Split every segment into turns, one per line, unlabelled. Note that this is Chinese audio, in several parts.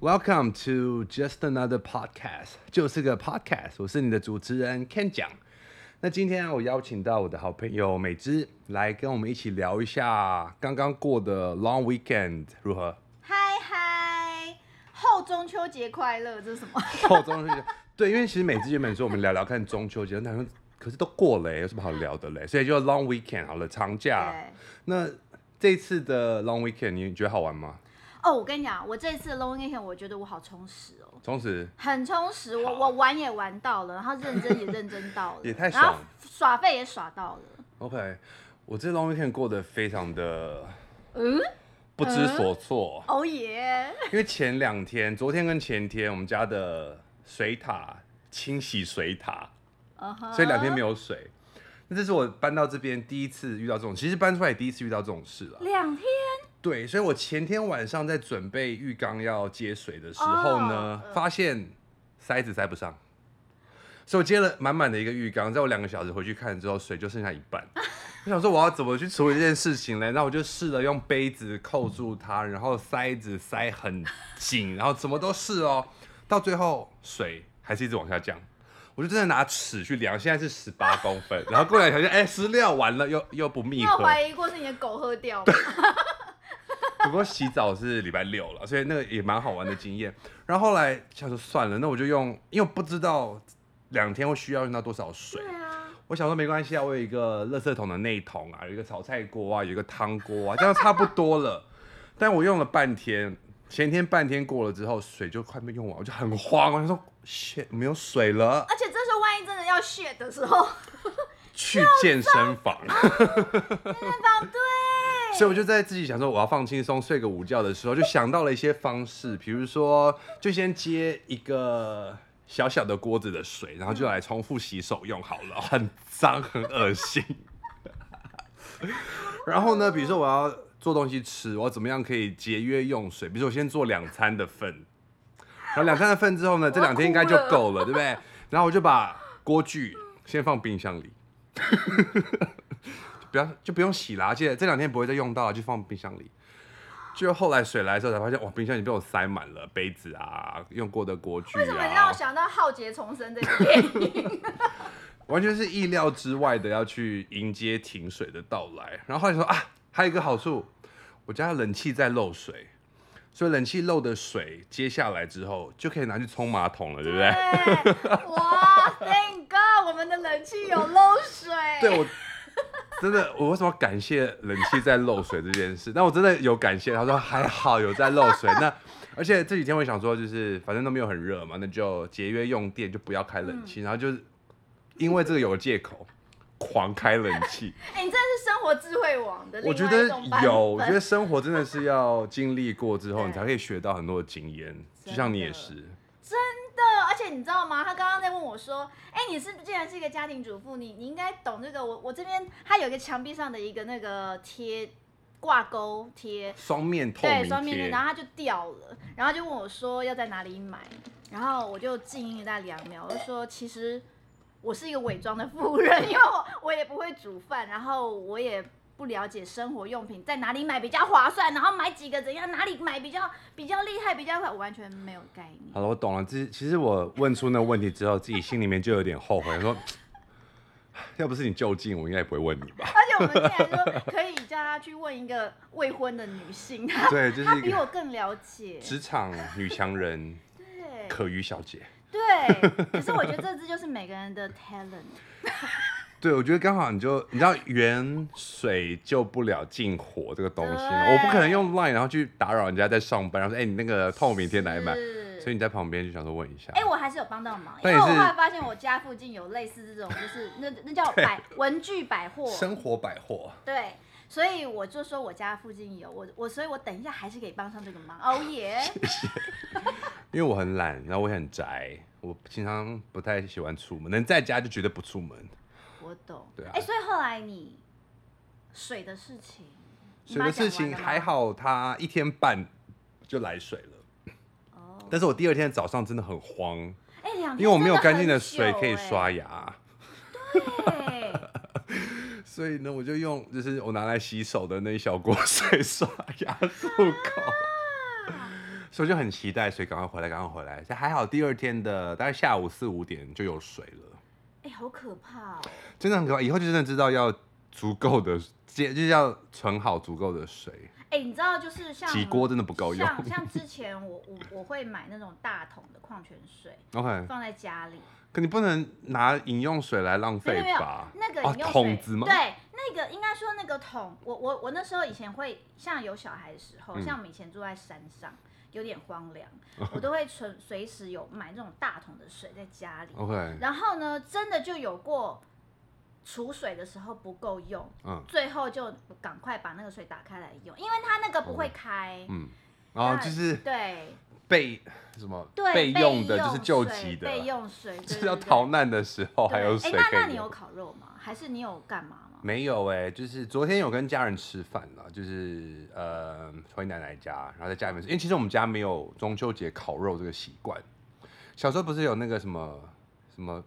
Welcome to just another podcast，就是个 podcast。我是你的主持人 Ken 讲。那今天啊我邀请到我的好朋友美芝来跟我们一起聊一下刚刚过的 Long Weekend 如 何？
嗨嗨，后中秋节快乐，这是 什么？
后中秋节，哦对，因为其实美芝原本说我们聊聊看中秋节，但可是都过了耶，有什么好聊的嘞？所以就 Long Weekend 好了，长假。
对，
那这次的 Long Weekend 你觉得好玩吗？
哦，我跟你讲，我这次的 long weekend 我觉得我好充实哦，
从此
很充实，我
好啊
我玩也玩到了，然后认真也认真到了，
也太
然后
爽了
耍费也耍到了，
OK，我这 long weekend 过得非常的
嗯，
不知所措，
哦耶，
因为前两天，昨天跟前天，我们家的水塔清洗水塔，
嗯哼，
所以两天没有水。那这是我搬到这边第一次遇到这种，其实搬出来第一次遇到这种事了。
两天，
对，所以我前天晚上在准备浴缸要接水的时候呢
哦，嗯
发现塞子塞不上，所以我接了满满的一个浴缸，在我两个小时回去看之后，水就剩下一 半。我想说我要怎么去处理这件事情呢？那我就试了用杯子扣住它，然后塞子塞很紧，然后怎么都试哦，到最后水还是一直往下降。我就真的拿尺去量，现在是十八公分，然后过来条件，哎、失料完了，又又不
你
密
有
合。
怀疑过是你的狗喝掉吗？
不过洗澡是礼拜六了，所以那个也蛮好玩的经验。然后后来想说算了，那我就用，因为我不知道两天会需要用到多少水
对，啊，
我想说没关系啊，我有一个垃圾桶的内桶啊，有一个炒菜锅啊，有一个汤锅啊，这样差不多了。但我用了半天，前天半天过了之后，水就快被用完，我就很慌，我想说 shit 没有水了，
而且这时候万一真的要 shit 的时候，
去健身房。
对
啊
吧？ 对，
所以我就在自己想说我要放轻松睡个午觉的时候，就想到了一些方式，比如说就先接一个小小的锅子的水，然后就来重复洗手用好了，很脏很恶心。然后呢，比如说我要做东西吃，我怎么样可以节约用水？比如说我先做两餐的份，然后两餐的份之后呢，这两天应该就够了，对不对？然后我就把锅具先放冰箱里，就不要就不用洗啦，而且这两天不会再用到了，就放冰箱里。就后来水来的时候才发现，哇，哦冰箱已经被我塞满了杯子啊，用过的锅具
为什么你让
啊
我，想到浩劫重生这个电影？
完全是意料之外的要去迎接停水的到来。然后后来说啊，还有一个好处，我家的冷气在漏水，所以冷气漏的水接下来之后就可以拿去冲马桶了，对不对？
对，哇，Thank God，我们的冷气有漏水。
对我真的，我为什么要感谢冷气在漏水这件事？但我真的有感谢，他说还好有在漏水。那而且这几天我也想说，就是反正都没有很热嘛，那就节约用电，就不要开冷
嗯
气。然后就是因为这个有个借口，狂开冷气。
哎、你真的是生活智慧王的另
我
外
觉
一
得
种版本。
有，我觉得生活真的是要经历过之后，你才可以学到很多的经验。就像你也是，
真的，而且你知道吗？他刚刚在问我说：“哎、你是既然是一个家庭主妇，你你应该懂这个。我我这边它有一个墙壁上的一个那个贴挂钩贴，
双面透
对，
明
双面
贴
贴，然后它就掉了，然后就问我说要在哪里买，然后我就静音了大概两秒，我就说其实我是一个伪装的妇人， 因为我我也不会煮饭，然后我也不了解生活用品在哪里买比较划算，然后买几个怎样，哪里买比较比较厉害，比较快，我完全没有概念。
好了，我懂了。其实其实我问出那个问题之后，自己心里面就有点后悔，说 要不是你就近，我应该也不会问你吧。
而且我们竟然说可以叫他去问一个未婚的女性，她
对，就是
她
一
比
个
我更了解。
职场女强人
对
可瑜小姐。
对，可是我觉得这只就是每个人的 talent。
对，我觉得刚好你就你知道远水救不了近火这个东西嘛，
对
我不可能用 Line 然后去打扰人家在上班，然后说哎、你那个透明贴哪里买？
是
所以你在旁边就想说问一下。
哎、我还是有帮到忙，因
但
为
也
我
是
后来发现我家附近有类似这种，就是 那那叫百文具百货，
生活百货，
对，所以我就说我家附近有我我，所以我等一下还是可以帮上这个忙。哦 耶，
因为我很懒，然后我也很宅，我平常不太喜欢出门，能在家就绝对不出门。
我懂。
对啊
哎、所以后来你水的事情，你
水
把
的
它
事
讲完
情
了吗
还。好，它一天半就来水了。
哦，
但是我第二天早上真的很慌，
哎、两天
因为我没有干净
真
的
的很
水
久
可以
哎
刷。牙，
对，
所以呢，我就用就是
啊
我拿来洗手的那一小锅水刷牙漱口。所以我就很期待水赶快回来，赶快回来。但还好第二天的大概下午四五点就有水了，
哎、好可怕哦！
真的很可怕。以后就真的知道要足够的，就是要存好足够的水，
哎、你知道就是像
几锅真的不够用。
像像之前我我我会买那种大桶的矿泉水
OK，
放在家里，
可你不能拿饮用水来浪
没有
费
没有
吧？
那个
哦
饮用水、
桶子吗
对，那个应该说那个桶，我我我那时候以前会像有小孩的时候，
嗯
像我们以前住在山上，有点荒凉，我都会存随时有买那种大桶的水在家里。
OK，
然后呢，真的就有过储水的时候不够用，
嗯
最后就赶快把那个水打开来用，因为它那个不会开。
嗯，然后
那
就是
对
备什么
对，备
用的，
用
就是救
水
急的，
备用水，
就
对
是要
对对
逃难的时候还有水
对哎，那那
可以
你有
用。
烤肉吗？还是你有干嘛吗？
没有哎、就是昨天有跟家人吃饭啦，就是呃回奶奶家，然后在家里面吃，因为其实我们家没有中秋节烤肉这个习惯。小时候不是有那个什么什么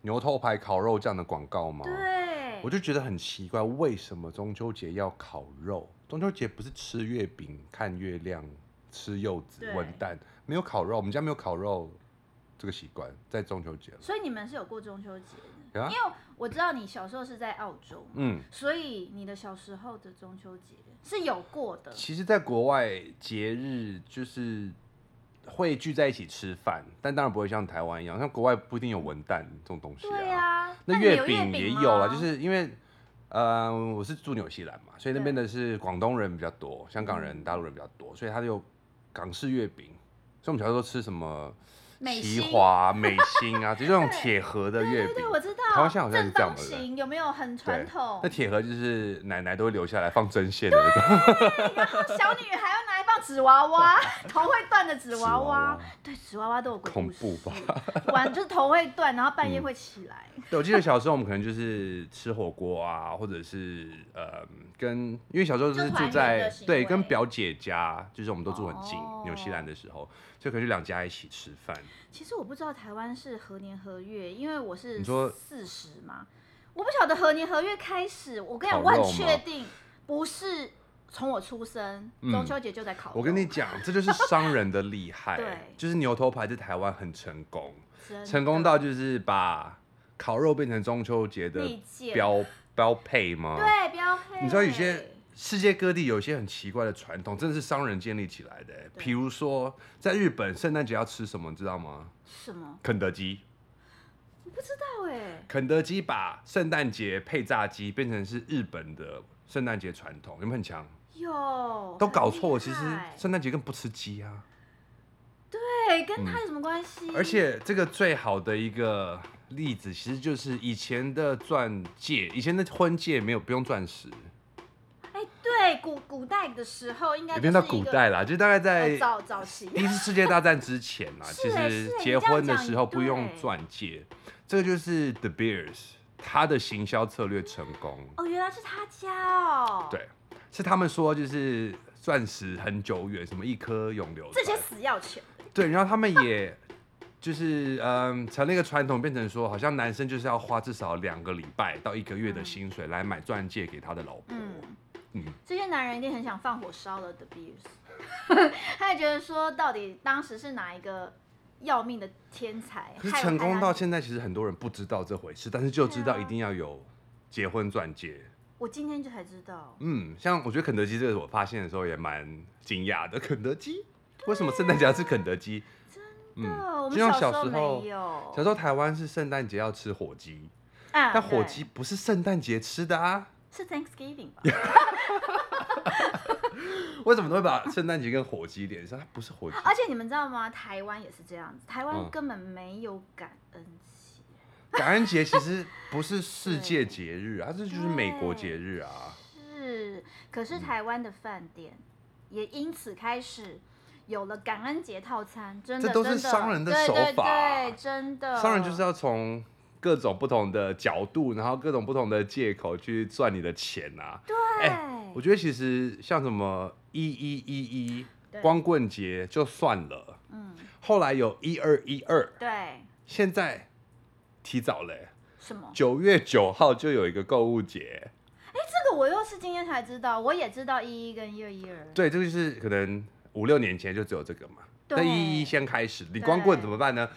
牛头牌烤肉酱的广告吗？
对
我，就觉得很奇怪，为什么中秋节要烤肉？中秋节不是吃月饼、看月亮、吃柚子
对、
文蛋，没有烤肉，我们家没有烤肉这个习惯，在中秋节了。
所以你们是有过中秋节的，
有啊
因为我知道你小时候是在澳洲，
嗯，
所以你的小时候的中秋节是有过的。
其实，在国外节日就是会聚在一起吃饭，但当然不会像台湾一样，像国外不一定有文旦这种东西
对
啊
啊，
那
你们
月
有月
饼也
吗
有啦，就是因为，呃，我是住纽西兰嘛，所以那边
对
的是广东人比较多，香港人、
嗯
大陆人比较多，所以他有港式月饼。所以我们小时候都吃什么
美
奇
心
华、美心 啊，就是那种
对
铁盒的月
对
饼
对，。我知道。
台湾现在好像是
正
这样
方
的对不对
形有没有很传
对
统
那？铁盒就是奶奶都会留下来放针线的那种。
然后 小女孩要拿一棒纸 娃娃，头会断的纸娃
纸娃
娃
娃，
对，纸娃娃都有鬼
恐
故
怖
事？ 晚就是头会断，然后半夜
嗯
会起来。
对，我记得小时候我们可能就是吃火锅啊，或者是呃，跟因为小时候
就是团
住
圆的
在
行
对
为
跟表姐家，就是我们都住很近，
哦
纽西兰的时候，所以可能就两家一起吃饭。
其实我不知道台湾是何年何月，因为我是
你说
四十嘛，我不晓得何年何月开始。我跟你讲，我
烤肉
很
吗
确定不是从我出生，
嗯
中秋节就在烤肉。
我跟你讲，这就是商人的厉害，
对
就是牛头牌在台湾很成功，
真的
成功到就是把烤肉变成中秋节的
历届
标标配吗？
对标配。
你知道有些世界各地有一些很奇怪的传统，真的是商人建立起来的、欸
对
比如说，在日本圣诞节要吃什么，你知道吗？
什么？
肯德基，
我不知道哎。
肯德基把圣诞节配炸鸡变成是日本的圣诞节传统，有没有很强？
有
都
很
搞
厉
错，其实
害
圣诞节更不吃鸡啊。
对，跟他有什么关系？
嗯而且这个最好的一个例子，其实就是以前的钻戒，以前的婚戒没有不用钻石，
哎、对，古古代的时候应该
也
就
变
是一
到
个
古代啦，就大概
呃
在
早早期，
第一次世界大战之前啊，
是
其
欸
实
是欸
结婚的
你这样讲
时候不用
对
钻戒，这个就是 The Beers 他的行销策略成功。
哦，原来是他家哦。，
对，是他们说就是钻石很久远，什么一颗永流
这些
传。
死要钱的，
对，然后他们也就是嗯，成了一个传统，变成说好像男生就是要花至少两个礼拜到一个月的
嗯
薪水来买钻戒给他的老婆。
嗯
嗯
这些男人一定很想放火烧了 The Beers，他也 觉得说，到底当时是哪一个要命的天才，
可是
害我
成
害
功
他
到现在，其实很多人不知道这回事，但是就知道
对
一
啊
定要有结婚钻戒。
我今天就才知道，
嗯，像我觉得肯德基这个，我发现的时候也蛮惊讶的。肯德基为什么圣诞节要吃肯德基？
真的，我
嗯就
们
像
小
小时候
没有，
小时候台湾是圣诞节要吃火鸡，
啊
但火
对
鸡不是圣诞节吃的啊，
是 Thanksgiving 吧？
为什么都会把圣诞节跟火鸡连上？它不是火鸡，
而且你们知道吗？台湾也是这样子，台湾
嗯
根本没有感恩节。
感恩节其实不是世界节日啊，它这就是美国节日啊。
是，可是台湾的饭店也因此开始有了感恩节套餐，真的，
这都是
真的
商人的
对
手
对
法
对，真的，
商人就是要从各种不同的角度，然后各种不同的借口去赚你的钱啊。
对，
我觉得其实像什么一一一一
对
光棍节就算了，
嗯，
后来有一二一二，
对，
现在提早
哦
嘞、
什么？
九月九号就有一个购物节。
这个我又是今天才知道，我也知道一一跟一二一二，
对，这个就是可能五六年前就只有这个嘛。那一一
对
先开始，你光棍怎么办呢？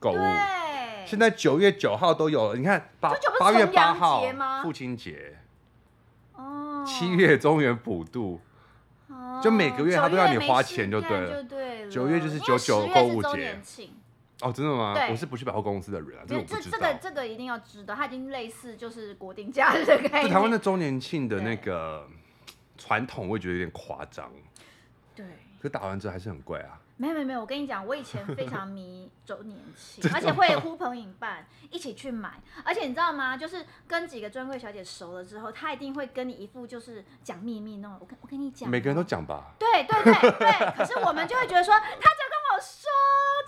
购物。
对，
哦现在九月九号都有了，你看八
九九不是
八月
重
八
阳
号
节吗
父亲节，
哦，
七月中原普渡，
哦
就每个月他都要你花钱就
九月没
对了
事干就对了。
九月就是
因为
九九
十月
购
是
物
周
节
年庆
哦，真的吗？
对
我是不去百货公司的人啊，这个
没有
我不
这
知
这
道。
个这个一定要知道，它已经类似就是国定假日的概
就
念。
台湾的周年庆的那
对
个传统，我也觉得有点夸张，
对，
可打完折还是很贵啊。
没有没有没有，我跟你讲，我以前非常迷周年 庆，而且会呼朋引伴一起去买，而且你知道吗？就是跟几个专柜小姐熟了之后，她一定会跟你一副就是讲秘密那种。我跟我跟你讲哦，
每个人都讲吧，
对对对对，可是我们就会觉得说，他就跟我说，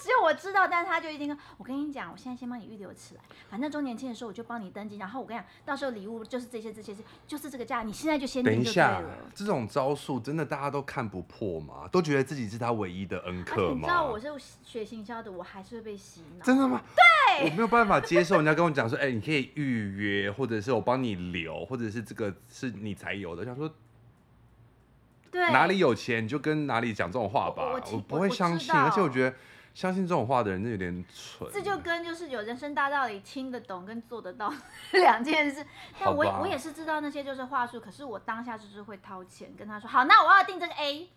只有我知道，但是他就一定跟我跟你讲，我现在先帮你预留起来，反正周年庆的时候我就帮你登记，然后我跟你讲，到时候礼物就是这些这些，就是这个价，你现在就先
等
订
一
就对
下
了。，
这种招数真的大家都看不破吗？都觉得自己是他唯一的恩
而且
客
你知道
吗
我？是学行销的，我还是会被洗脑。
真的吗？对，我没有办法接受人家跟我讲说，哎、你可以预约，或者是我帮你留，或者是这个是你才有的。我想说
对，
哪里有钱你就跟哪里讲这种话吧，
我我
我
我
不会
我
相
知
信，
道
而且我觉得相信这种话的人真的有点蠢。
这就跟就是有人生大道理听得懂跟做得到 两件事。但我也
好吧
我也是知道那些就是话术，可是我当下就是会掏钱跟他说，好，那我要订这个 A，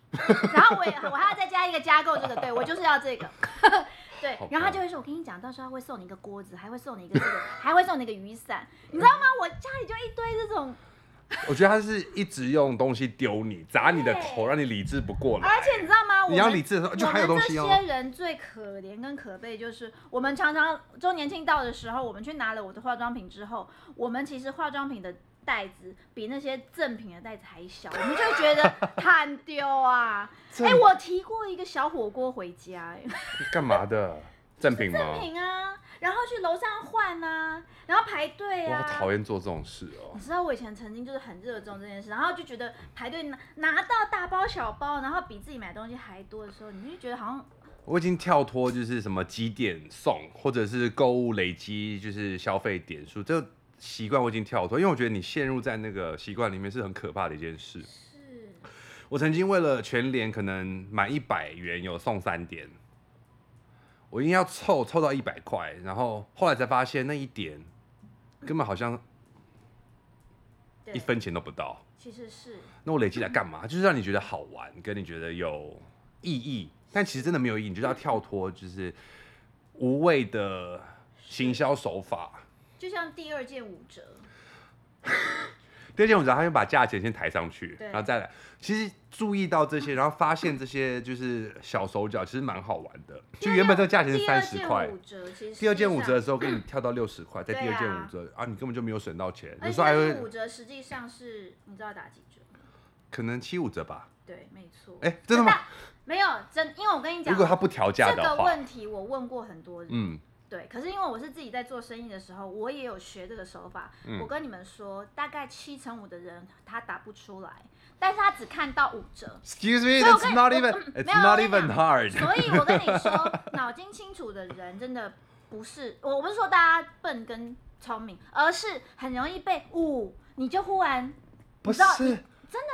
然 后我也我还要再加一个加购这个，对我就是要这个。 对
好吧，
然后他就会说：“我跟你讲，到时候他会送你一个锅子，还会送你一个这个，还会送你一个雨伞，你知道吗？我家里就一堆这种，
我觉得他是一直用东西丢你，砸你的头，让你理智不过来。
而且你知道吗？我
你要
们
理智的时候，
我
就还有东西
们这
哦。
些人最可怜跟可悲，就是我们常常周年庆到的时候，我们去拿了我的化妆品之后，我们其实化妆品的袋子比那些赠品的袋子还小，我们就会 觉得很丢啊。
赠
哎、我提过一个小火锅回 家、哎
干嘛的？赠品吗？
赠品啊，然后去楼上换啊，然后排队
我好
啊。
讨厌做这种事哦
你。知道我以前曾经就是很热衷这件事，然后就觉得排队拿拿到大包小包，然后比自己买东西还多的时候，你就觉得好像
我已经跳脱就是什么积点送，或者是购物累积就是消费点数这个习惯，我已经跳脱，因为我觉得你陷入在那个习惯里面是很可怕的一件事。
是
我曾经为了全联可能满一百元有送三点，我硬要凑凑到一百块，然后后来才发现那一点根本好像
对
一分钱都不到。
其实是
那我累积来干嘛？就是让你觉得好玩，跟你觉得有意义，但其实真的没有意义，你就是要跳脱，就是无谓的行销手法。
就像第二件五折，
第二件，我知道他就把价钱先抬上去，
对
然后再来。其实注意到这些，然后发现这些就是小手脚，其实蛮好玩的。就原本这个价钱是
第二
三十
件
块，
五折，其实
第二件五折的
实
时候给你跳到六十块，再
对啊
第二件五折啊，你根本就没有省到钱有
际，上，而
时候还
且
会
五折实际上是你知道打几折吗？
可能七五折吧。
对，没错。
哎，真的吗？
但？没有真，因为我跟你讲，
如果他不调价
这
的
个
话，
问题我问过很多人，
嗯，
对，可是因为我是自己在做生意的时候，我也有学这个手法。
嗯
我跟你们说，大概七成五的人他打不出来，但是他只看到五折，
Excuse
以
me,
我
it's
跟
not
我
even,
嗯
it's
没有
not
我跟
even
你
hard。
所以我跟你 说，脑筋清楚的人真的不是，我不是说大家笨跟聪明，而是很容易被误，你就忽然
不
知道
是
真的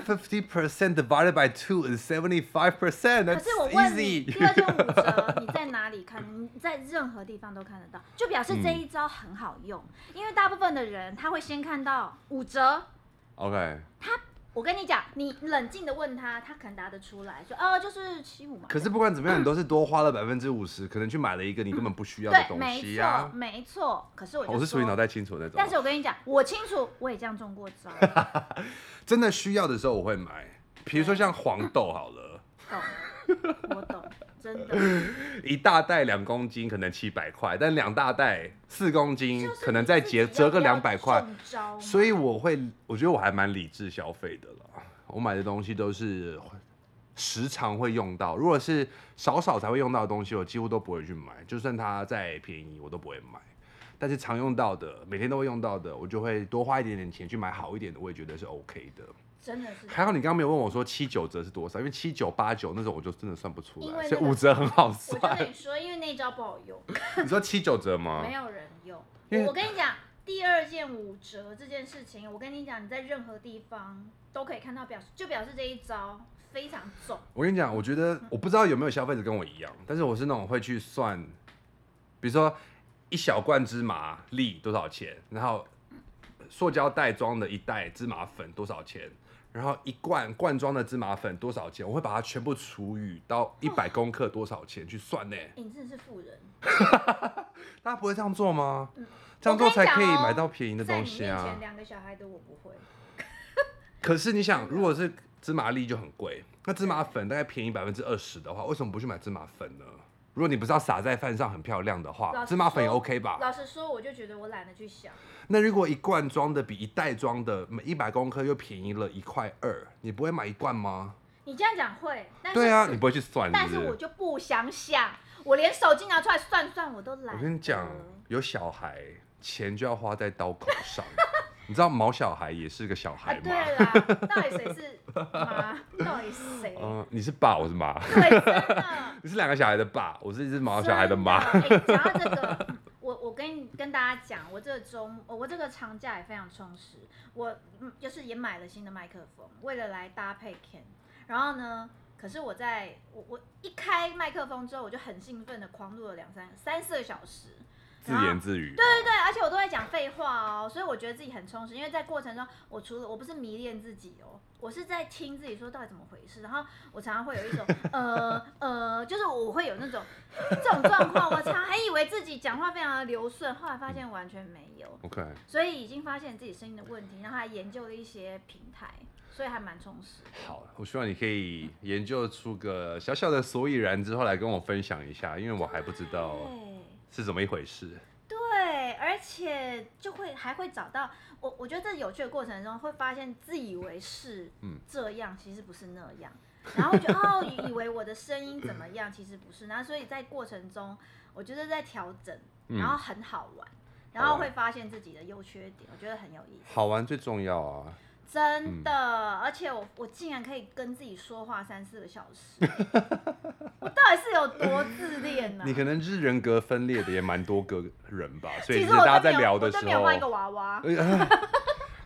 ，hundred
的。
fifty percent divided by two is seventy five percent.
可
That's
是我问你，
easy.
第二件五折你在哪里看？你在任何地方都看得到，就表示这
嗯
一招很好用，因为大部分的人他会先看到五折，
OK，
我跟你讲，你冷静的问他，他可能答得出来，说哦就是七五嘛。
可是不管怎么样，你都是多花了百分之五十，可能去买了一个你根本不需要的
对，
东
没
西
错
呀。哦
没错。可是我就
我是属于
说
脑袋清楚的那种
但，是我跟你讲，我清楚，我也这样中过招，
真的需要的时候我会买，比如说像黄豆好了，
懂？我懂，真
嗯
的。
一大袋两公斤可能七百块，但两大袋四公斤
就是
可能再
你自己
折折个
要
两百块，
中招嘛
所以我会，我觉得我还蛮理智消费的啦。我买的东西都是时常会用到，如果是少少才会用到的东西，我几乎都不会去买，就算它再便宜，我都不会买。但是常用到的，每天都会用到的，我就会多花一点点钱去买好一点的，我也觉得是 OK 的。
真的是
还好你刚刚没有问我说七九折是多少，因为七九八九那种我就真的算不出
因
来，
为
所以
那个
五折很好
我就
算。
跟你说，因为那招不好用，
你说七九折吗
没？有人用。
啊因为
我跟你讲，第二件五折这件事情，我跟你讲，你在任何地方都可以看到表示，就表示这一招非常重。
我跟你讲，我觉得我不知道有没有消费者跟我一样，啊但是我是那种会去算，比如说一小罐芝麻粒多少钱，然后塑胶袋装的一袋芝麻粉多少钱，然后一罐罐装的芝麻粉多少钱，我会把它全部除以到一百公克多少钱去算呢、
欸你真的是富人，
大家不会这样做吗
嗯？
这样做才可以
我跟你讲哦
买到便宜的
在
东
你
西
面
啊。
前两个小孩的我不会。
可是你想，如果是芝麻粒就很贵，那芝麻粉大概便宜百分之二十的话，为什么不去买芝麻粉呢？如果你不是要撒在饭上很漂亮的
老
话，
实
芝麻粉也
说
OK 吧？
老实说，我就觉得我懒得去想。
那如果一罐装的比一袋装的每一百公克又便宜了一块二，你不会买一罐吗？
你这样讲会，但是
对啊，你不会去算，
但
是
是
不
我
是？
就不想想，我连手机拿出来算算我都懒。嗯
我跟你讲，有小孩钱就要花在刀口 上，你知道毛小孩也是个小
啊
孩，
对
吗？
啦，到底谁是 妈？到底是谁？
嗯、你是爸，我是妈，
对，真的。
你是两个小孩的爸，我是一只毛小孩的妈。
真的。哎讲、到这个，我我跟你跟大家讲，我这个周末，我这个长假也非常充实。我嗯就是也买了新的麦克风，为了来搭配 Ken。然后呢，可是我在我我一开麦克风之后，我就很兴奋的狂录了两三三四个小时。
自
然后
言自语。
啊对对对，而且我都在讲废话哦，所以我觉得自己很充实，因为在过程中，我除了我不是迷恋自己哦，我是在听自己说到底怎么回事，然后我常常会有一种呃呃，就是我会有那种这种状况，我常还以为自己讲话非常的流顺，后来发现完全没有，
OK，
所以已经发现自己声音的问题，然后还研究了一些平台，所以还蛮充实。
好，我希望你可以研究出个小小的所以然之后来跟我分享一下，因为我还不知道
对。
是怎么一回事。
对，而且就会还会找到我，我觉得这有趣的过程中会发现自以为是
嗯
这样，其实不是那样，然后就哦以为我的声音怎么样，其实不是，然后所以在过程中，我觉得在调整，
嗯
然后很好玩，然
好
后
玩
会发现自己的优缺点，我觉得很有意思。
好玩最重要啊！
真的，
嗯
而且我我竟然可以跟自己说话三四个小时，我到底是有多自恋呢、
你可能是人格分裂的也蛮多个人吧，所以
其
只
实
是
我
大家
都
在
没有
聊的
我都
时
没有
候
换一，个娃娃。
哎呀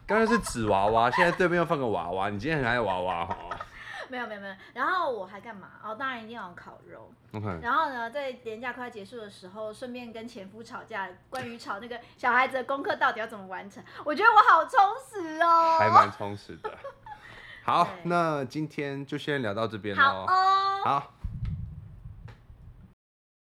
刚刚是纸娃娃，现在对面又放个娃娃，你今天很爱娃娃哈。
没有没有没有，然后我还干嘛？哦，当然一定要有烤肉。
OK，
然后呢，在年假快结束的时候，顺便跟前夫吵架，关于吵那个小孩子的功课到底要怎么完成，我觉得我好充实
还
哦。
蛮充实的。好
对，
那今天就先聊到这边
好
喽。
哦，
好，